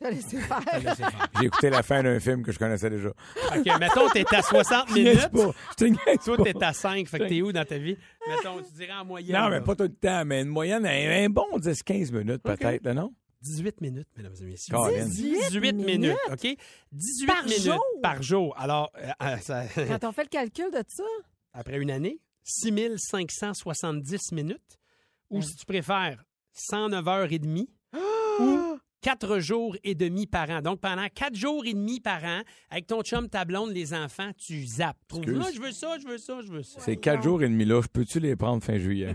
Speaker 5: T'as laissé faire.
Speaker 4: Là, c'est fort.
Speaker 6: j'ai écouté la fin d'un film que je connaissais déjà.
Speaker 4: OK, mettons, t'es à 60
Speaker 6: Je te niaise
Speaker 4: minutes.
Speaker 6: pas. Je te niaise
Speaker 4: Toi,
Speaker 6: pas.
Speaker 4: t'es à 5, fait que t'es où dans ta vie? Mettons, tu dirais en moyenne.
Speaker 6: Non, mais
Speaker 4: là,
Speaker 6: pas tout le temps, mais une moyenne, un, un bon 10-15 minutes peut-être, là, non?
Speaker 4: 18 minutes, mesdames et messieurs.
Speaker 6: Colin.
Speaker 4: 18 minutes, OK? 18
Speaker 5: Par
Speaker 4: minutes
Speaker 5: jour?
Speaker 4: par jour. Alors, euh, euh, ça-
Speaker 5: Quand on fait le calcul de ça,
Speaker 4: après une année, 6570 minutes. Ou si tu préfères, 109 heures et demie. ou 4 jours et demi par an. Donc, pendant 4 jours et demi par an, avec ton chum, ta blonde, les enfants, tu zappes. Tu trouves,
Speaker 6: Excuse.
Speaker 4: Ah, je veux ça, je veux ça, je veux ça.
Speaker 6: C'est 4 jours et demi là. Je Peux-tu les prendre fin juillet?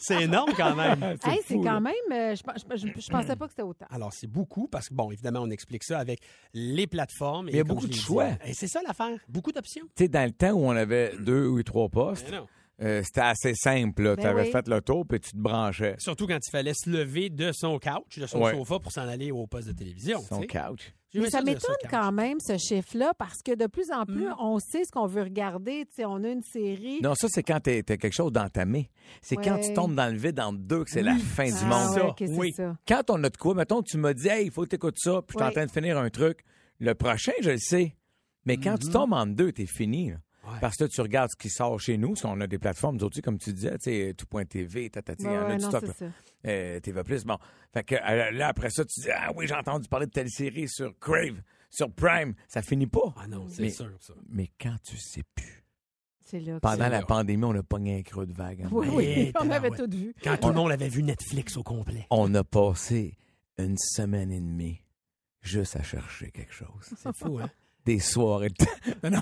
Speaker 4: C'est énorme quand même.
Speaker 6: C'est
Speaker 5: hey, c'est
Speaker 6: fou, là.
Speaker 5: quand même. euh, je, pense- je, je- je pensais pas que c'était autant.
Speaker 4: Alors, c'est beaucoup parce que, bon, évidemment, on explique ça avec les plateformes. et
Speaker 6: Mais il y a
Speaker 4: comme
Speaker 6: beaucoup
Speaker 4: je
Speaker 6: de
Speaker 4: l'ai dit,
Speaker 6: choix.
Speaker 4: Et c'est ça l'affaire. Beaucoup d'options.
Speaker 6: Tu sais, dans le temps où on avait deux ou trois postes,
Speaker 4: Mais non.
Speaker 6: euh, c'était assez simple. là.
Speaker 5: Ben
Speaker 6: T'avais
Speaker 5: oui.
Speaker 6: fait le tour puis tu te branchais.
Speaker 4: Surtout quand il fallait se lever de son couch, de son
Speaker 6: Ouais.
Speaker 4: sofa pour s'en aller au poste de télévision.
Speaker 6: Son
Speaker 4: Oh, tu sais.
Speaker 6: couch.
Speaker 4: J'ai
Speaker 5: Mais
Speaker 4: vu
Speaker 5: ça
Speaker 4: dire
Speaker 5: m'étonne
Speaker 4: couch.
Speaker 5: quand même, ce chiffre-là, parce que de plus en plus, on sait ce qu'on veut regarder. Tu sais, on a une série.
Speaker 6: Hmm. Non, ça, c'est quand t'as t'as quelque chose d'entamé. C'est quand
Speaker 5: Ouais.
Speaker 6: tu tombes dans le vide entre deux que c'est la fin du
Speaker 5: Ah
Speaker 6: monde.
Speaker 5: ouais,
Speaker 4: Ça,
Speaker 5: ok, c'est
Speaker 4: oui.
Speaker 5: ça.
Speaker 6: Quand on a de quoi, mettons, tu m'as dit, hey, il faut que t'écoutes ça, puis je suis en
Speaker 5: Ouais.
Speaker 6: train de finir un truc. Le prochain, je le sais. Mais quand tu tombes en deux, t'es fini. là.
Speaker 4: Mm-hmm. Ouais.
Speaker 6: Parce que là, tu regardes ce qui sort chez nous. parce qu'on a des plateformes aujourd'hui, comme tu disais, tu sais, tout.tv, tatati, il y
Speaker 5: Ouais,
Speaker 6: en a
Speaker 5: ouais,
Speaker 6: du
Speaker 5: non,
Speaker 6: stock.
Speaker 5: c'est
Speaker 6: là.
Speaker 5: ça.
Speaker 6: Euh, TV Plus, bon. Fait que euh, là, après ça, tu dis, ah oui, j'ai entendu parler de telle série sur Crave, sur Prime. Ça finit pas.
Speaker 4: Ah non, c'est
Speaker 6: Mais-
Speaker 4: sûr, ça.
Speaker 6: Mais quand tu sais plus.
Speaker 5: C'est là. que
Speaker 6: Pendant
Speaker 5: c'est-
Speaker 6: la pandémie, on a pogné un creux de vague. hein.
Speaker 5: Oui,
Speaker 4: Eh,
Speaker 5: oui, on avait
Speaker 4: tabarouette.
Speaker 5: tout vu.
Speaker 4: Quand tout le monde avait vu Netflix au complet.
Speaker 6: On a passé une semaine et demie juste à chercher quelque chose.
Speaker 4: C'est fou, hein?
Speaker 6: Des soirées. de- non,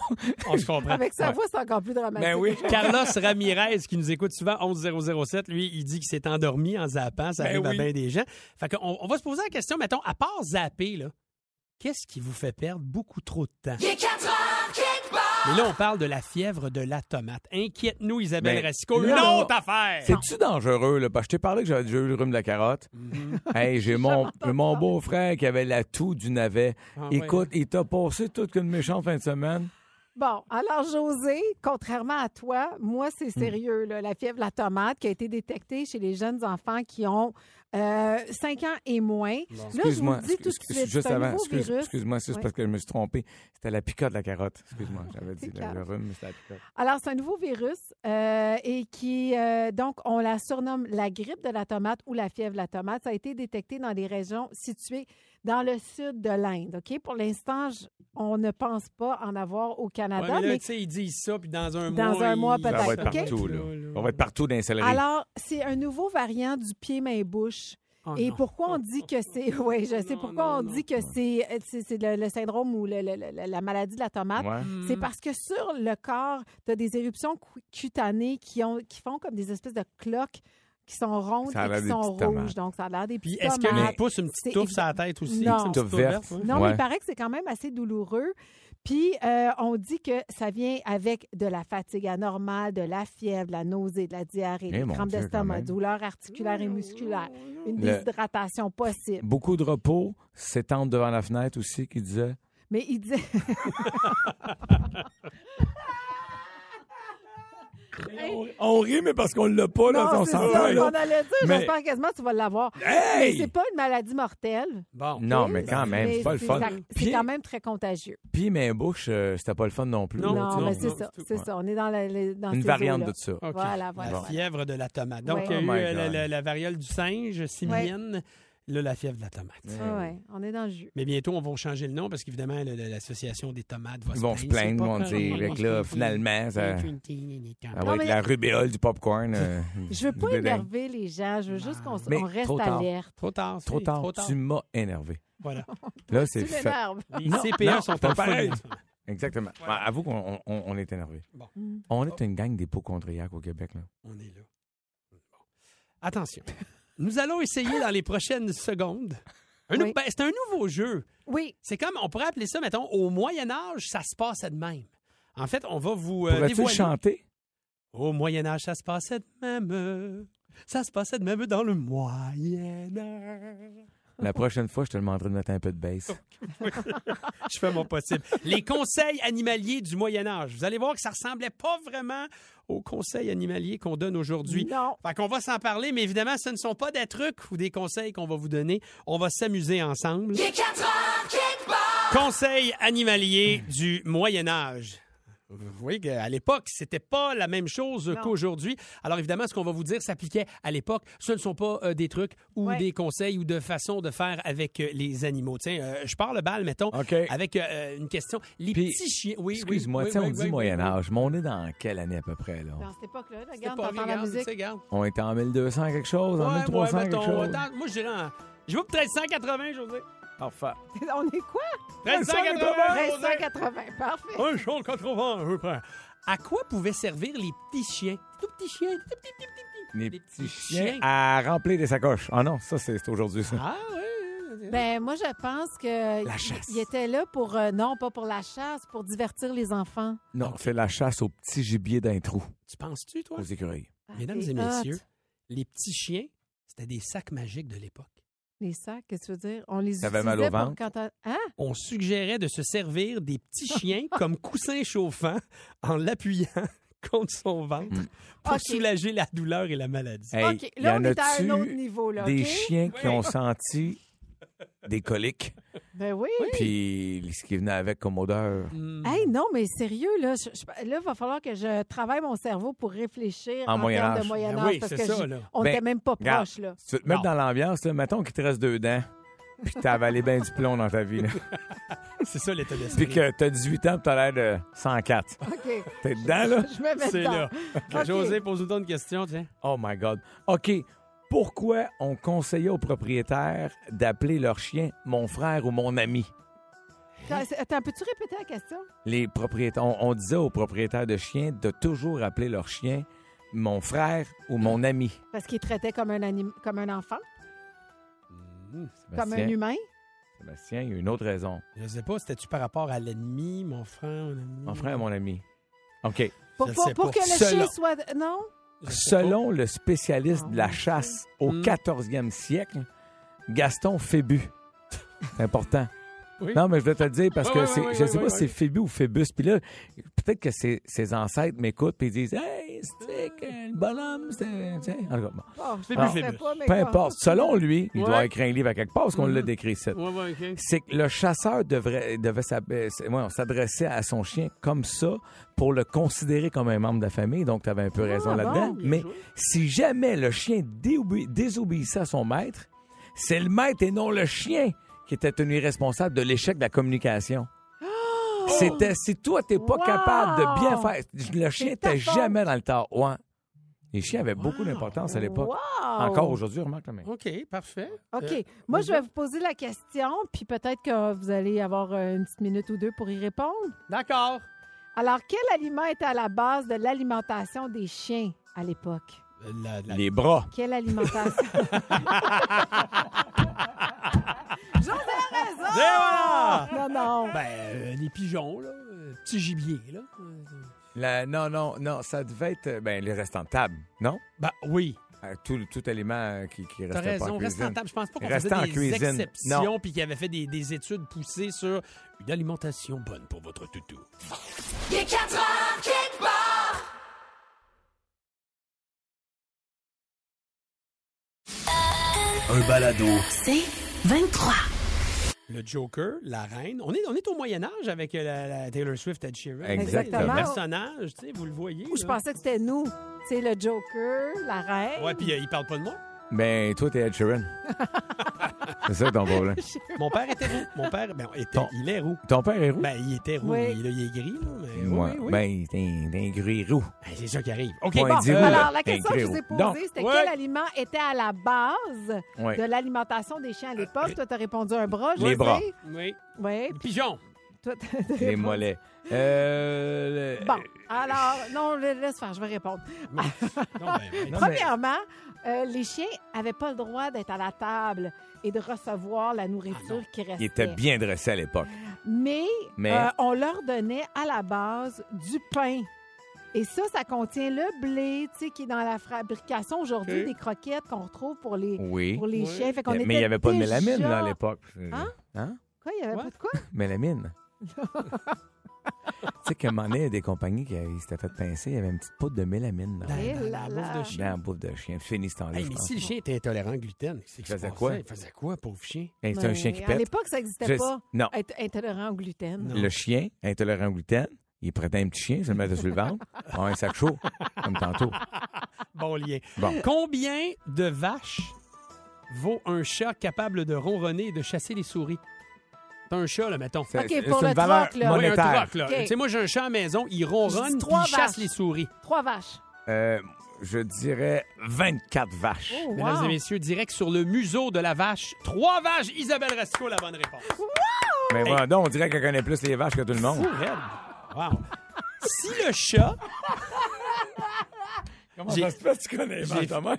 Speaker 4: On se comprend.
Speaker 5: Avec sa voix, c'est encore plus dramatique.
Speaker 6: ben oui.
Speaker 4: Carlos Ramirez, qui nous écoute souvent, 11007, lui, il dit qu'il s'est endormi en zappant. Ça
Speaker 6: Ben
Speaker 4: arrive
Speaker 6: oui.
Speaker 4: à bien des gens. Fait qu'on- on va se poser la question, mettons, à part zapper, là, qu'est-ce qui vous fait perdre beaucoup trop de temps? Mais là, on parle de la fièvre de la tomate. Inquiète-nous, Isabelle
Speaker 6: Ben,
Speaker 4: Racicot. Une
Speaker 6: là-
Speaker 4: autre affaire!
Speaker 6: C'est-tu dangereux, là? Parce que je t'ai parlé que j'avais déjà eu le rhume de la carotte. Hey, j'ai mon, mon beau-frère qui avait la toux du navet.
Speaker 4: Ah, ouais.
Speaker 6: Écoute, il t'a passé toute une méchante fin de semaine.
Speaker 5: Bon, alors José, contrairement à toi, moi c'est
Speaker 6: Hmm.
Speaker 5: sérieux, là, la fièvre la tomate qui a été détectée chez les jeunes enfants qui ont euh, 5 ans et moins. Là, je vous
Speaker 6: Excuse-moi,
Speaker 5: le dis tout de
Speaker 6: excuse-
Speaker 5: suite,
Speaker 6: juste
Speaker 5: c'est un
Speaker 6: avant,
Speaker 5: nouveau
Speaker 6: excuse-
Speaker 5: virus.
Speaker 6: excuse-moi, c'est
Speaker 5: Ouais.
Speaker 6: parce que je me suis trompé. C'était la picotte de la carotte. Excuse-moi, j'avais dit le,
Speaker 5: calme.
Speaker 6: le rhume, mais c'était la picotte.
Speaker 5: Alors, c'est un nouveau virus euh, et qui, euh, donc, on la surnomme la grippe de la tomate ou la fièvre de la tomate. Ça a été détecté dans des régions situées dans le sud de l'Inde. OK? Pour l'instant, je- on ne pense pas en avoir au
Speaker 4: Ouais,
Speaker 5: Canada,
Speaker 4: mais là,
Speaker 5: mais
Speaker 4: tu sais, ils disent ça, puis dans un
Speaker 5: Dans
Speaker 4: mois.
Speaker 5: un
Speaker 4: ils-
Speaker 5: mois,
Speaker 6: Ça
Speaker 5: Peut-être,
Speaker 6: va être
Speaker 5: ok.
Speaker 6: partout, là. On va être partout dans les céleri.
Speaker 5: alors, c'est un nouveau variant du pied-main-bouche.
Speaker 4: Oh,
Speaker 5: Et
Speaker 4: non.
Speaker 5: pourquoi on dit que c'est. Oui,
Speaker 6: Oh,
Speaker 5: je sais
Speaker 4: Non,
Speaker 5: pourquoi
Speaker 4: non,
Speaker 5: on
Speaker 4: non.
Speaker 5: dit que c'est euh, c'est- c'est le, le syndrome ou le- le- le- la maladie de la tomate.
Speaker 6: Ouais. Mm.
Speaker 5: C'est parce que sur le corps, tu as des éruptions cu- cutanées qui, ont, qui font comme des espèces de cloques qui sont rondes
Speaker 6: Ça a
Speaker 5: et
Speaker 6: l'air
Speaker 5: qui
Speaker 6: des
Speaker 5: sont
Speaker 6: petites
Speaker 5: rouges.
Speaker 6: tomates.
Speaker 5: Donc, ça a l'air des
Speaker 4: Puis
Speaker 5: petites
Speaker 4: est-ce
Speaker 5: tomates.
Speaker 4: qu'elle pousse une
Speaker 5: c'est
Speaker 4: petite touffe
Speaker 5: évi-
Speaker 4: sur la tête aussi?
Speaker 5: Non.
Speaker 4: C'est une
Speaker 6: Touffe
Speaker 4: petite touffe verte,
Speaker 6: verte.
Speaker 4: ouais.
Speaker 5: Non,
Speaker 6: Ouais.
Speaker 5: mais il paraît que c'est quand même assez douloureux. Puis, euh, on dit que ça vient avec de la fatigue anormale, de la fièvre, de la nausée, de la diarrhée,
Speaker 6: Eh,
Speaker 5: des
Speaker 6: mon
Speaker 5: crampes
Speaker 6: Dieu, quand
Speaker 5: d'estomac,
Speaker 6: même.
Speaker 5: douleurs articulaires et musculaires, une
Speaker 6: Le-
Speaker 5: déshydratation possible.
Speaker 6: Beaucoup de repos, s'étendre devant la fenêtre aussi, qui disait.
Speaker 5: Mais il dit...
Speaker 6: On, rit, mais parce qu'on l'a pas,
Speaker 5: non, c'est ça qu'on allait dire.
Speaker 6: Mais-
Speaker 5: J'espère quasiment que tu vas l'avoir. Mais
Speaker 6: Hey!
Speaker 5: C'est pas une maladie mortelle.
Speaker 4: Bon.
Speaker 6: Non, mais quand même,
Speaker 5: mais
Speaker 6: c'est pas le fun.
Speaker 5: ça- C'est
Speaker 6: Pied-
Speaker 5: quand même très contagieux.
Speaker 6: Puis mes bouches, euh, c'était pas le fun non Ah plus.
Speaker 4: Non,
Speaker 5: Non,
Speaker 6: là, tu sais,
Speaker 5: mais
Speaker 6: on-
Speaker 4: non,
Speaker 5: c'est ça,
Speaker 4: c'est tout.
Speaker 5: c'est ça. On est dans, la, les- dans
Speaker 6: Une
Speaker 5: ces
Speaker 6: variante
Speaker 5: eaux-là.
Speaker 6: de ça.
Speaker 4: OK.
Speaker 5: Voilà, voilà.
Speaker 4: La
Speaker 5: voilà.
Speaker 4: fièvre de la tomate. Donc,
Speaker 5: Ouais.
Speaker 4: il y a
Speaker 6: Oh
Speaker 4: eu
Speaker 6: my
Speaker 4: euh, la,
Speaker 6: God.
Speaker 4: la- la variole du singe, simienne, là, la fièvre de la tomate.
Speaker 5: Ah ouais, on est dans le jus.
Speaker 4: Mais bientôt, on va changer le nom parce qu'évidemment, le- le- l'association des tomates va
Speaker 6: Ils vont se plaindre, ils vont dire, fait que là, finalement, ça- Ah Ça
Speaker 5: Non,
Speaker 6: va
Speaker 5: mais-
Speaker 6: être la rubéole du popcorn. euh,
Speaker 5: Je veux
Speaker 6: du
Speaker 5: pas
Speaker 6: bédin.
Speaker 5: énerver les gens. Je veux juste qu'on s-
Speaker 6: Mm. Mais
Speaker 5: on reste
Speaker 6: trop tard.
Speaker 5: alerte.
Speaker 4: Trop tard. c'est-
Speaker 6: Trop tard,
Speaker 4: Trop tard.
Speaker 6: tu m'as énervé.
Speaker 4: Voilà.
Speaker 6: Là,
Speaker 5: Tu
Speaker 6: c'est fait.
Speaker 5: m'énerves.
Speaker 4: Les
Speaker 6: Non,
Speaker 4: CPA
Speaker 6: non,
Speaker 4: sont
Speaker 6: pas
Speaker 4: pas
Speaker 6: pareil.
Speaker 4: pareils.
Speaker 6: Exactement.
Speaker 4: Voilà.
Speaker 6: Bah, avoue qu'on on- on est énervé.
Speaker 4: Bon.
Speaker 5: Mm.
Speaker 6: On est une gang d'hypochondriaques au Québec. Là.
Speaker 4: On est là. Bon. Attention. Nous allons essayer dans les prochaines secondes. Un nou-
Speaker 5: Oui.
Speaker 4: ben, c'est un nouveau jeu.
Speaker 5: Oui,
Speaker 4: C'est comme, on pourrait appeler ça, mettons, au Moyen Âge, ça se passait de même. En fait, on va vous euh,
Speaker 6: Pourrais-tu le
Speaker 4: dévoiler.
Speaker 6: chanter?
Speaker 4: Au Moyen Âge, ça se passait de même. Ça se passait de même dans le Moyen Âge.
Speaker 6: La prochaine fois, je te demanderai de mettre un peu de bass.
Speaker 4: Je fais mon possible. Les conseils animaliers du Moyen Âge. Vous allez voir que ça ressemblait pas vraiment aux conseils animaliers qu'on donne aujourd'hui.
Speaker 5: non.
Speaker 4: Fait qu'on va s'en parler, mais évidemment, ce ne sont pas des trucs ou des conseils qu'on va vous donner. On va s'amuser ensemble. Conseils animaliers du Moyen Âge. Vous voyez qu'à l'époque, c'était pas la même chose qu'aujourd'hui. Alors évidemment, ce qu'on va vous dire s'appliquait à l'époque. Ce ne sont pas euh, des trucs ou
Speaker 5: Ouais.
Speaker 4: des conseils ou de façons de faire avec euh, les animaux. Tiens, euh, je pars le bal, mettons,
Speaker 6: OK.
Speaker 4: avec euh, une question. Les
Speaker 6: Puis,
Speaker 4: petits chiens. Oui, oui,
Speaker 6: Excuse-moi,
Speaker 4: oui,
Speaker 6: tiens,
Speaker 4: oui,
Speaker 6: on
Speaker 4: oui,
Speaker 6: dit
Speaker 4: oui,
Speaker 6: Moyen
Speaker 4: oui.
Speaker 6: Âge, mais on est dans quelle année à peu près? là?
Speaker 5: dans cette époque-là,
Speaker 4: C'était
Speaker 5: regarde,
Speaker 4: pas-
Speaker 5: t'entends la
Speaker 4: regarde, tu
Speaker 5: musique.
Speaker 4: sais, regarde.
Speaker 6: On était en 1200 quelque chose, en
Speaker 4: Ouais,
Speaker 6: 1300
Speaker 4: ouais,
Speaker 6: quelque
Speaker 4: mettons,
Speaker 6: chose?
Speaker 4: attends, moi, je dirais en- Je vais pour 1380, José.
Speaker 6: Enfin.
Speaker 5: on est quoi?
Speaker 6: Ah,
Speaker 4: 1380, José.
Speaker 5: 1380, parfait.
Speaker 4: Un jour 80, à peu près. À quoi pouvaient servir les petits chiens? Tout petits chiens, tout petits, petits, petits, petits.
Speaker 6: Les
Speaker 4: Les
Speaker 6: petits
Speaker 4: petits
Speaker 6: chiens
Speaker 4: chiens.
Speaker 6: à remplir des sacoches. Ah non, ça, c'est c'est aujourd'hui, ça.
Speaker 4: Ah, oui.
Speaker 5: Ben moi je pense que
Speaker 6: La chasse.
Speaker 5: il était là pour euh, non pas pour la chasse, pour divertir les enfants.
Speaker 6: Non, c'est la chasse aux petits gibiers d'un trou,
Speaker 4: Tu penses-tu, toi?
Speaker 6: aux écureuils.
Speaker 4: Mesdames
Speaker 5: Ah, c'est
Speaker 4: et
Speaker 5: hot.
Speaker 4: messieurs, les petits chiens, c'était des sacs magiques de l'époque.
Speaker 5: Les sacs, qu'est-ce que tu veux dire On les
Speaker 6: T'avais
Speaker 5: utilisait
Speaker 6: mal au
Speaker 5: pour
Speaker 6: ventre?
Speaker 5: quand t'as- hein
Speaker 4: On suggérait de se servir des petits chiens comme coussin chauffant en l'appuyant contre son ventre pour
Speaker 5: Ah, Ok.
Speaker 4: soulager la douleur et la maladie.
Speaker 6: Hey,
Speaker 5: OK,
Speaker 6: y
Speaker 5: là
Speaker 6: en
Speaker 5: on est à un
Speaker 6: a-tu
Speaker 5: autre niveau là,
Speaker 6: Des
Speaker 5: OK?
Speaker 6: chiens qui ont senti des coliques,
Speaker 5: Ben oui.
Speaker 6: puis ce qui venait avec comme odeur.
Speaker 5: Hey, non, mais sérieux, là, je- je- là, il va falloir que je travaille mon cerveau pour réfléchir
Speaker 6: En
Speaker 5: en,
Speaker 6: Moyen
Speaker 5: termes
Speaker 6: Âge.
Speaker 5: de Moyen
Speaker 4: Ben
Speaker 5: Âge.
Speaker 4: oui,
Speaker 5: parce
Speaker 4: c'est
Speaker 5: que
Speaker 4: ça,
Speaker 5: j'y-
Speaker 4: là.
Speaker 5: on
Speaker 6: Ben,
Speaker 5: n'était même pas
Speaker 6: regarde.
Speaker 5: proche, là.
Speaker 6: Si tu veux te mettre
Speaker 4: Non.
Speaker 6: dans l'ambiance, là, mettons qu'il te reste deux dents, puis t'as avalé bien du plomb dans ta vie, là.
Speaker 4: C'est ça l'état d'esprit.
Speaker 6: puis que t'as 18 ans, puis t'as l'air de 104.
Speaker 5: OK.
Speaker 6: T'es dedans, là?
Speaker 5: Je me mets
Speaker 4: C'est
Speaker 5: dedans.
Speaker 4: là.
Speaker 5: OK.
Speaker 4: José, pose-nous une question, tiens.
Speaker 6: Oh my God. OK. Pourquoi on conseillait aux propriétaires d'appeler leur chien mon frère ou mon ami?
Speaker 5: Attends, c'est- Attends, peux-tu répéter la question?
Speaker 6: Les propriétaires, on, on disait aux propriétaires de chiens de toujours appeler leur chien mon frère ou mon ami.
Speaker 5: Parce qu'il traitait comme un, anim- comme un enfant, comme un
Speaker 6: Sébastien,
Speaker 5: humain.
Speaker 6: Sébastien, il y a une autre raison.
Speaker 4: Je sais pas, c'était-tu par rapport à l'ennemi, mon frère, mon ami?
Speaker 6: Mon frère ou mon ami. OK.
Speaker 5: Pour,
Speaker 4: Je
Speaker 5: pour-
Speaker 4: sais
Speaker 5: pour
Speaker 4: pas.
Speaker 5: que le
Speaker 6: Selon-
Speaker 5: chien soit. Non?
Speaker 4: Je sais pas. Ah,
Speaker 6: Selon le spécialiste de la chasse au
Speaker 4: Hmm.
Speaker 6: 14e siècle, Gaston Fébu. C'est important.
Speaker 4: Oui.
Speaker 6: Non, mais je voulais te le dire parce
Speaker 4: Oui,
Speaker 6: que
Speaker 4: oui,
Speaker 6: c'est-
Speaker 4: oui,
Speaker 6: je
Speaker 4: oui,
Speaker 6: sais
Speaker 4: oui,
Speaker 6: pas si
Speaker 4: oui.
Speaker 6: c'est Phébus ou Phébus. Puis là, peut-être que ses, ses ancêtres m'écoutent et ils disent Hey, c'est que le bonhomme, c'est. tu sais, En tout cas, bon.
Speaker 5: Bon,
Speaker 4: C'est
Speaker 5: je
Speaker 4: plus
Speaker 5: sais
Speaker 4: faible.
Speaker 5: pas, mais
Speaker 6: Peu
Speaker 5: quoi.
Speaker 6: importe. Selon lui, il
Speaker 4: Ouais.
Speaker 6: doit écrire un livre à quelque part parce qu'on
Speaker 5: Mm-hmm.
Speaker 6: l'a décrit ici.
Speaker 4: Ouais, ouais, ok.
Speaker 6: C'est que le chasseur devrait, devait s'ab- euh, c'est- ouais, on s'adressait à son chien comme ça pour le considérer comme un membre de la famille. Donc, tu avais un peu raison
Speaker 5: Ah, bon,
Speaker 6: là-dedans.
Speaker 5: bien
Speaker 6: Mais si jamais le chien déobé- désobéissait à son maître, c'est le maître et non le chien qui était tenu responsable de l'échec de la communication. C'était si toi t'es pas
Speaker 5: Oh! Wow!
Speaker 6: capable de bien faire, le chien
Speaker 5: ta
Speaker 6: était
Speaker 5: faute.
Speaker 6: jamais dans le tort. Ouais. Les chiens avaient beaucoup d'importance à l'époque.
Speaker 5: Wow! Oh.
Speaker 6: Encore aujourd'hui, remarque. là, mais-
Speaker 4: OK, parfait.
Speaker 5: OK.
Speaker 4: Euh,
Speaker 5: Moi, je vais vous poser la question, puis peut-être que vous allez avoir euh, une petite minute ou deux pour y répondre.
Speaker 4: D'accord.
Speaker 5: Alors, quel aliment était à la base de l'alimentation des chiens à l'époque?
Speaker 4: Euh, la- la-
Speaker 6: Les bras.
Speaker 5: Quelle alimentation? J'en ai raison!
Speaker 4: Et voilà!
Speaker 5: Ah, Non, non.
Speaker 4: Ben, euh, les pigeons, là. euh, Petit gibier, là. Euh,
Speaker 6: La- non, non, non, ça devait être euh, ben, les restants de table, non?
Speaker 4: Ben oui,
Speaker 6: Euh, tout, tout aliment euh, qui, qui
Speaker 4: t'as
Speaker 6: restait pas en
Speaker 4: raison. Reste
Speaker 6: cuisine.
Speaker 4: en table. Je pense pas qu'on
Speaker 6: Restant en
Speaker 4: faisait des
Speaker 6: cuisine.
Speaker 4: exceptions
Speaker 6: Non.
Speaker 4: puis qu'il avait fait des, des études poussées sur une alimentation bonne pour votre toutou.
Speaker 1: Un balado.
Speaker 2: C'est 23.
Speaker 4: Le Joker, la reine. On est, on est au Moyen-Âge avec euh, la, la Taylor Swift et Sheeran.
Speaker 6: Exactement.
Speaker 4: Le personnage, tu sais, vous le voyez.
Speaker 5: Ou je
Speaker 4: là.
Speaker 5: pensais que c'était nous. C'est le Joker, la reine.
Speaker 4: Ouais, puis euh, il parle pas de moi.
Speaker 6: Ben, toi, t'es Ed Sheeran. C'est ça ton problème.
Speaker 4: Mon père était roux. Mon père, ben, était-
Speaker 6: Ton-
Speaker 4: il est roux.
Speaker 6: Ton père est roux?
Speaker 4: Ben, il était roux.
Speaker 5: Mmh. Oui.
Speaker 4: Il, là, il est gris, là. mais oui,
Speaker 6: Ouais,
Speaker 4: oui, oui.
Speaker 6: Ben, t'es un- t'es un gris roux.
Speaker 4: Ben, c'est ça qui arrive. OK,
Speaker 6: Point
Speaker 4: bon,
Speaker 6: dix
Speaker 4: euh,
Speaker 6: roux.
Speaker 5: Alors, la
Speaker 6: Un
Speaker 5: question que je vous ai
Speaker 6: gros. Donc,
Speaker 5: posée, c'était
Speaker 4: ouais.
Speaker 5: quel aliment était à la base
Speaker 6: Ouais. Euh,
Speaker 5: de l'alimentation des chiens à l'époque? Toi, t'as répondu un bras, je
Speaker 6: Les
Speaker 5: sais.
Speaker 6: bras.
Speaker 4: Oui.
Speaker 5: Oui.
Speaker 4: Le pigeon.
Speaker 5: Toi, t'as t'as
Speaker 6: Les
Speaker 5: répondu-
Speaker 6: mollets. Euh, le-
Speaker 5: Bon, alors, non, la- laisse faire, je vais répondre.
Speaker 4: Non, ben, ben,
Speaker 6: Non, mais-
Speaker 5: Premièrement, euh, les chiens n'avaient pas le droit d'être à la table et de recevoir la
Speaker 6: Ah
Speaker 5: nourriture qui restait.
Speaker 6: Il était bien dressé à l'époque.
Speaker 5: Mais,
Speaker 6: Mais-
Speaker 5: euh, on leur donnait à la base du pain. Et ça, ça contient le blé, tu sais, qui est dans la fabrication aujourd'hui
Speaker 4: Ok.
Speaker 5: des croquettes qu'on retrouve pour les,
Speaker 6: Oui.
Speaker 5: pour les
Speaker 4: Oui.
Speaker 5: chiens. Fait qu'on
Speaker 6: mais il n'y
Speaker 5: était
Speaker 6: avait pas de
Speaker 5: déjà-
Speaker 6: mélamine là, à l'époque.
Speaker 5: Hein?
Speaker 6: Hein?
Speaker 5: Quoi, il n'y avait
Speaker 4: Ouais.
Speaker 5: pas de quoi?
Speaker 6: Mélamine. tu sais qu'à un moment donné, il y a des compagnies qui avaient- s'étaient fait pincer, il y avait une petite poudre de mélamine dans,
Speaker 5: Eh
Speaker 4: dans la
Speaker 5: là
Speaker 4: bouffe de
Speaker 5: là.
Speaker 4: chien.
Speaker 6: dans la bouffe de chien. Fini ce temps-là,
Speaker 4: Hey,
Speaker 6: Ben, je
Speaker 4: mais
Speaker 6: pense.
Speaker 4: si le chien était intolérant au gluten, c'est
Speaker 6: Il faisait quoi?
Speaker 4: Il faisait quoi, pauvre chien?
Speaker 6: Hey, C'est un
Speaker 5: Mais
Speaker 6: chien qui
Speaker 5: À
Speaker 6: pète.
Speaker 5: l'époque, ça n'existait
Speaker 6: Je-
Speaker 5: pas.
Speaker 6: Non.
Speaker 5: Être intolérant au gluten.
Speaker 4: Non.
Speaker 6: Le chien, intolérant au gluten, il prêtait un petit chien, se le mettait sur le ventre, prend un sac chaud, comme tantôt.
Speaker 4: Bon lien.
Speaker 6: Bon.
Speaker 4: Combien de vaches vaut un chat capable de ronronner et de chasser les souris? T'as un chat, là, mettons.
Speaker 6: C'est- c'est
Speaker 5: pour
Speaker 6: une
Speaker 5: le
Speaker 6: valeur
Speaker 5: troc, là.
Speaker 4: Oui, un
Speaker 6: monétaire.
Speaker 4: troc, là.
Speaker 5: Ok.
Speaker 4: Tu sais, moi, j'ai un chat à la maison, il
Speaker 5: Je
Speaker 4: ronronne
Speaker 5: dis
Speaker 4: puis
Speaker 5: trois
Speaker 4: il chasse
Speaker 5: vaches.
Speaker 4: les souris.
Speaker 5: Trois vaches.
Speaker 6: Euh, je dirais 24 vaches.
Speaker 5: Oh,
Speaker 4: Mesdames
Speaker 5: wow.
Speaker 4: et messieurs, direct sur le museau de la vache. Trois vaches, Isabelle Rasco, la bonne réponse.
Speaker 6: Mais voilà, donc, on dirait qu'elle connaît plus les vaches que tout le monde.
Speaker 4: Raide. Wow. Si le chat.
Speaker 6: Comment
Speaker 4: ça se
Speaker 6: fait que tu connais les
Speaker 4: J'ai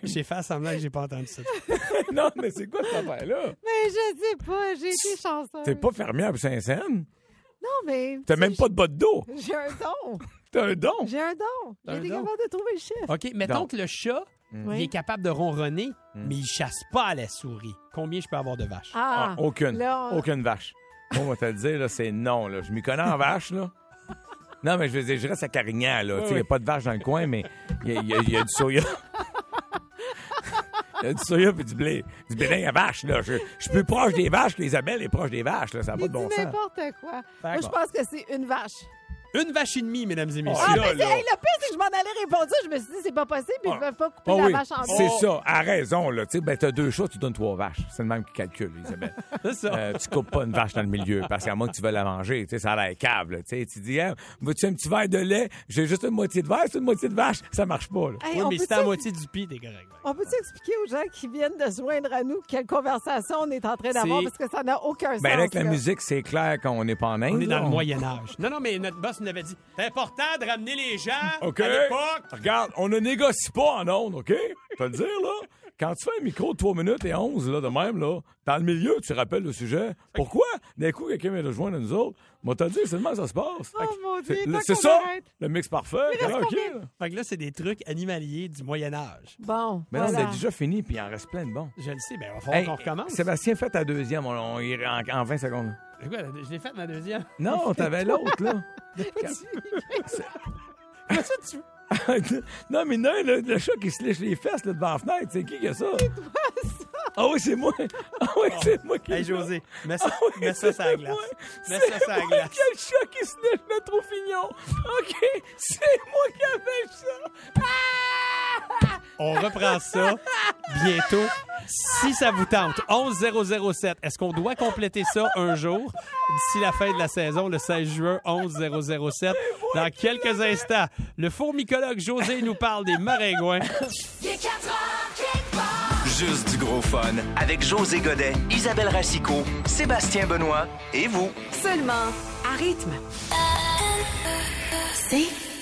Speaker 4: j'ai fait semblant que j'ai pas entendu ça.
Speaker 6: Non, mais c'est quoi cette affaire-là?
Speaker 5: Mais je sais pas, j'ai été chanceuse.
Speaker 6: T'es pas fermière pour Saint-Saëns.
Speaker 5: Non, mais.
Speaker 6: T'as même pas de bottes d'eau.
Speaker 5: J'ai un don.
Speaker 6: T'as un don.
Speaker 5: J'ai un don.
Speaker 4: T'as un
Speaker 5: J'ai été
Speaker 4: don.
Speaker 5: capable de trouver le chiffre.
Speaker 4: OK, mettons
Speaker 6: Donc.
Speaker 4: que le chat, il est
Speaker 5: Oui.
Speaker 4: capable de ronronner, mais il chasse pas à la souris. Combien je peux avoir de vaches?
Speaker 5: Ah,
Speaker 6: Ah, aucune.
Speaker 5: là, on-
Speaker 6: Aucune vache. Moi, on va te le dire, là, c'est non. Là. Je m'y connais en vache, là. Non, mais je veux dire, je reste à Carignan, là. Tu sais, Il n'y
Speaker 4: oui.
Speaker 6: a pas de vache dans le coin, mais il y, a- il y a- il y a du soya. Il y a du soya puis du blé. Du blé à vache, là. Je, je suis plus proche des vaches que Isabelle est proche des vaches, là. Ça n'a pas
Speaker 5: Il
Speaker 6: de
Speaker 5: dit
Speaker 6: bon sens.
Speaker 5: n'importe quoi. Moi, je
Speaker 4: bon.
Speaker 5: pense que c'est une vache.
Speaker 4: Une vache et demie, mesdames et messieurs.
Speaker 5: Ah,
Speaker 6: là,
Speaker 5: mais c'est-
Speaker 6: là.
Speaker 5: hey, le pire, c'est que je m'en allais répondre ça. Je me suis dit, c'est pas possible, ils
Speaker 6: Ah.
Speaker 5: peuvent pas couper
Speaker 6: Ah
Speaker 5: la
Speaker 6: oui,
Speaker 5: vache en deux.
Speaker 6: c'est ça. À raison, là. Tu sais, ben, t'as deux chats, tu donnes trois vaches. C'est le même qui calcule, Isabelle.
Speaker 4: C'est ça.
Speaker 6: Euh, tu coupes pas une vache dans le milieu, parce qu'à moins que tu veux la manger, tu sais, ça a l'air cave, là. Tu sais, tu dis, Hey, veux-tu un petit verre de lait? J'ai juste une moitié de verre, c'est une moitié de vache. Ça marche pas, là.
Speaker 5: Hey,
Speaker 4: Oui,
Speaker 5: on
Speaker 4: mais
Speaker 5: peut-tu
Speaker 4: c'est à moitié du pied, t'es correct.
Speaker 5: on peut-tu expliquer aux gens qui viennent de se joindre à nous quelle conversation on est en train d'avoir?
Speaker 4: C'est-
Speaker 5: Parce que ça n'a aucun sens.
Speaker 6: Ben, avec la
Speaker 5: là.
Speaker 6: musique, c'est clair qu'on n'est pas en Inde.
Speaker 4: On est
Speaker 6: là.
Speaker 4: dans le Moyen-Âge. Ben Non, non, mais notre boss nous avait dit c'est important de ramener les gens
Speaker 6: OK.
Speaker 4: à l'époque.
Speaker 6: Regarde, on ne négocie pas en ondes, OK? Je vais te le dire, là. Quand tu fais un micro de 3 minutes et 11, là, de même, là, dans le milieu, tu rappelles le sujet. Pourquoi? D'un coup, quelqu'un vient de joindre à nous autres. Moi, t'as dit, c'est de même que ça se passe.
Speaker 5: Oh, mon Dieu,
Speaker 6: C'est-
Speaker 5: tant
Speaker 6: C'est
Speaker 5: qu'on
Speaker 6: ça,
Speaker 5: arrête.
Speaker 6: le mix parfait. Ah, OK, là.
Speaker 4: Fait que là, c'est des trucs animaliers du Moyen-Âge.
Speaker 5: Bon,
Speaker 6: Mais là,
Speaker 5: voilà.
Speaker 6: on a déjà fini, puis il en reste plein de bons.
Speaker 4: Je le sais, ben, il va falloir
Speaker 6: Hey,
Speaker 4: qu'on recommence.
Speaker 6: Sébastien, fais ta deuxième. On, on ira en, en 20 secondes.
Speaker 4: Quoi, la- je l'ai faite, ma deuxième.
Speaker 6: Non, t'avais l'autre, là.
Speaker 4: Comment ça, tu...
Speaker 6: non, mais non, le, le chat qui se lèche les fesses là, devant la fenêtre, c'est qui qui a ça? Ah oui, c'est moi. Ah oui, c'est moi qui.
Speaker 4: Hey, José, mets ça,
Speaker 6: Ah oui,
Speaker 4: mets
Speaker 6: c'est
Speaker 4: ça sur la glace.
Speaker 6: moi.
Speaker 4: Mets
Speaker 6: C'est
Speaker 4: ça sur la
Speaker 6: moi
Speaker 4: glace.
Speaker 6: qui a le chat qui se lèche le trop fignon. OK, c'est moi qui avais ça. Ah!
Speaker 4: On reprend ça bientôt. Si ça vous tente, 11007. Est-ce qu'on doit compléter ça un jour d'ici la fin de la saison, le 16 juin 11007? Dans quelques instants, le fourmicologue José nous parle des maringouins.
Speaker 7: Juste du gros fun avec José Godet, Isabelle Racicot, Sébastien Benoît et vous.
Speaker 3: Seulement à rythme.
Speaker 2: C'est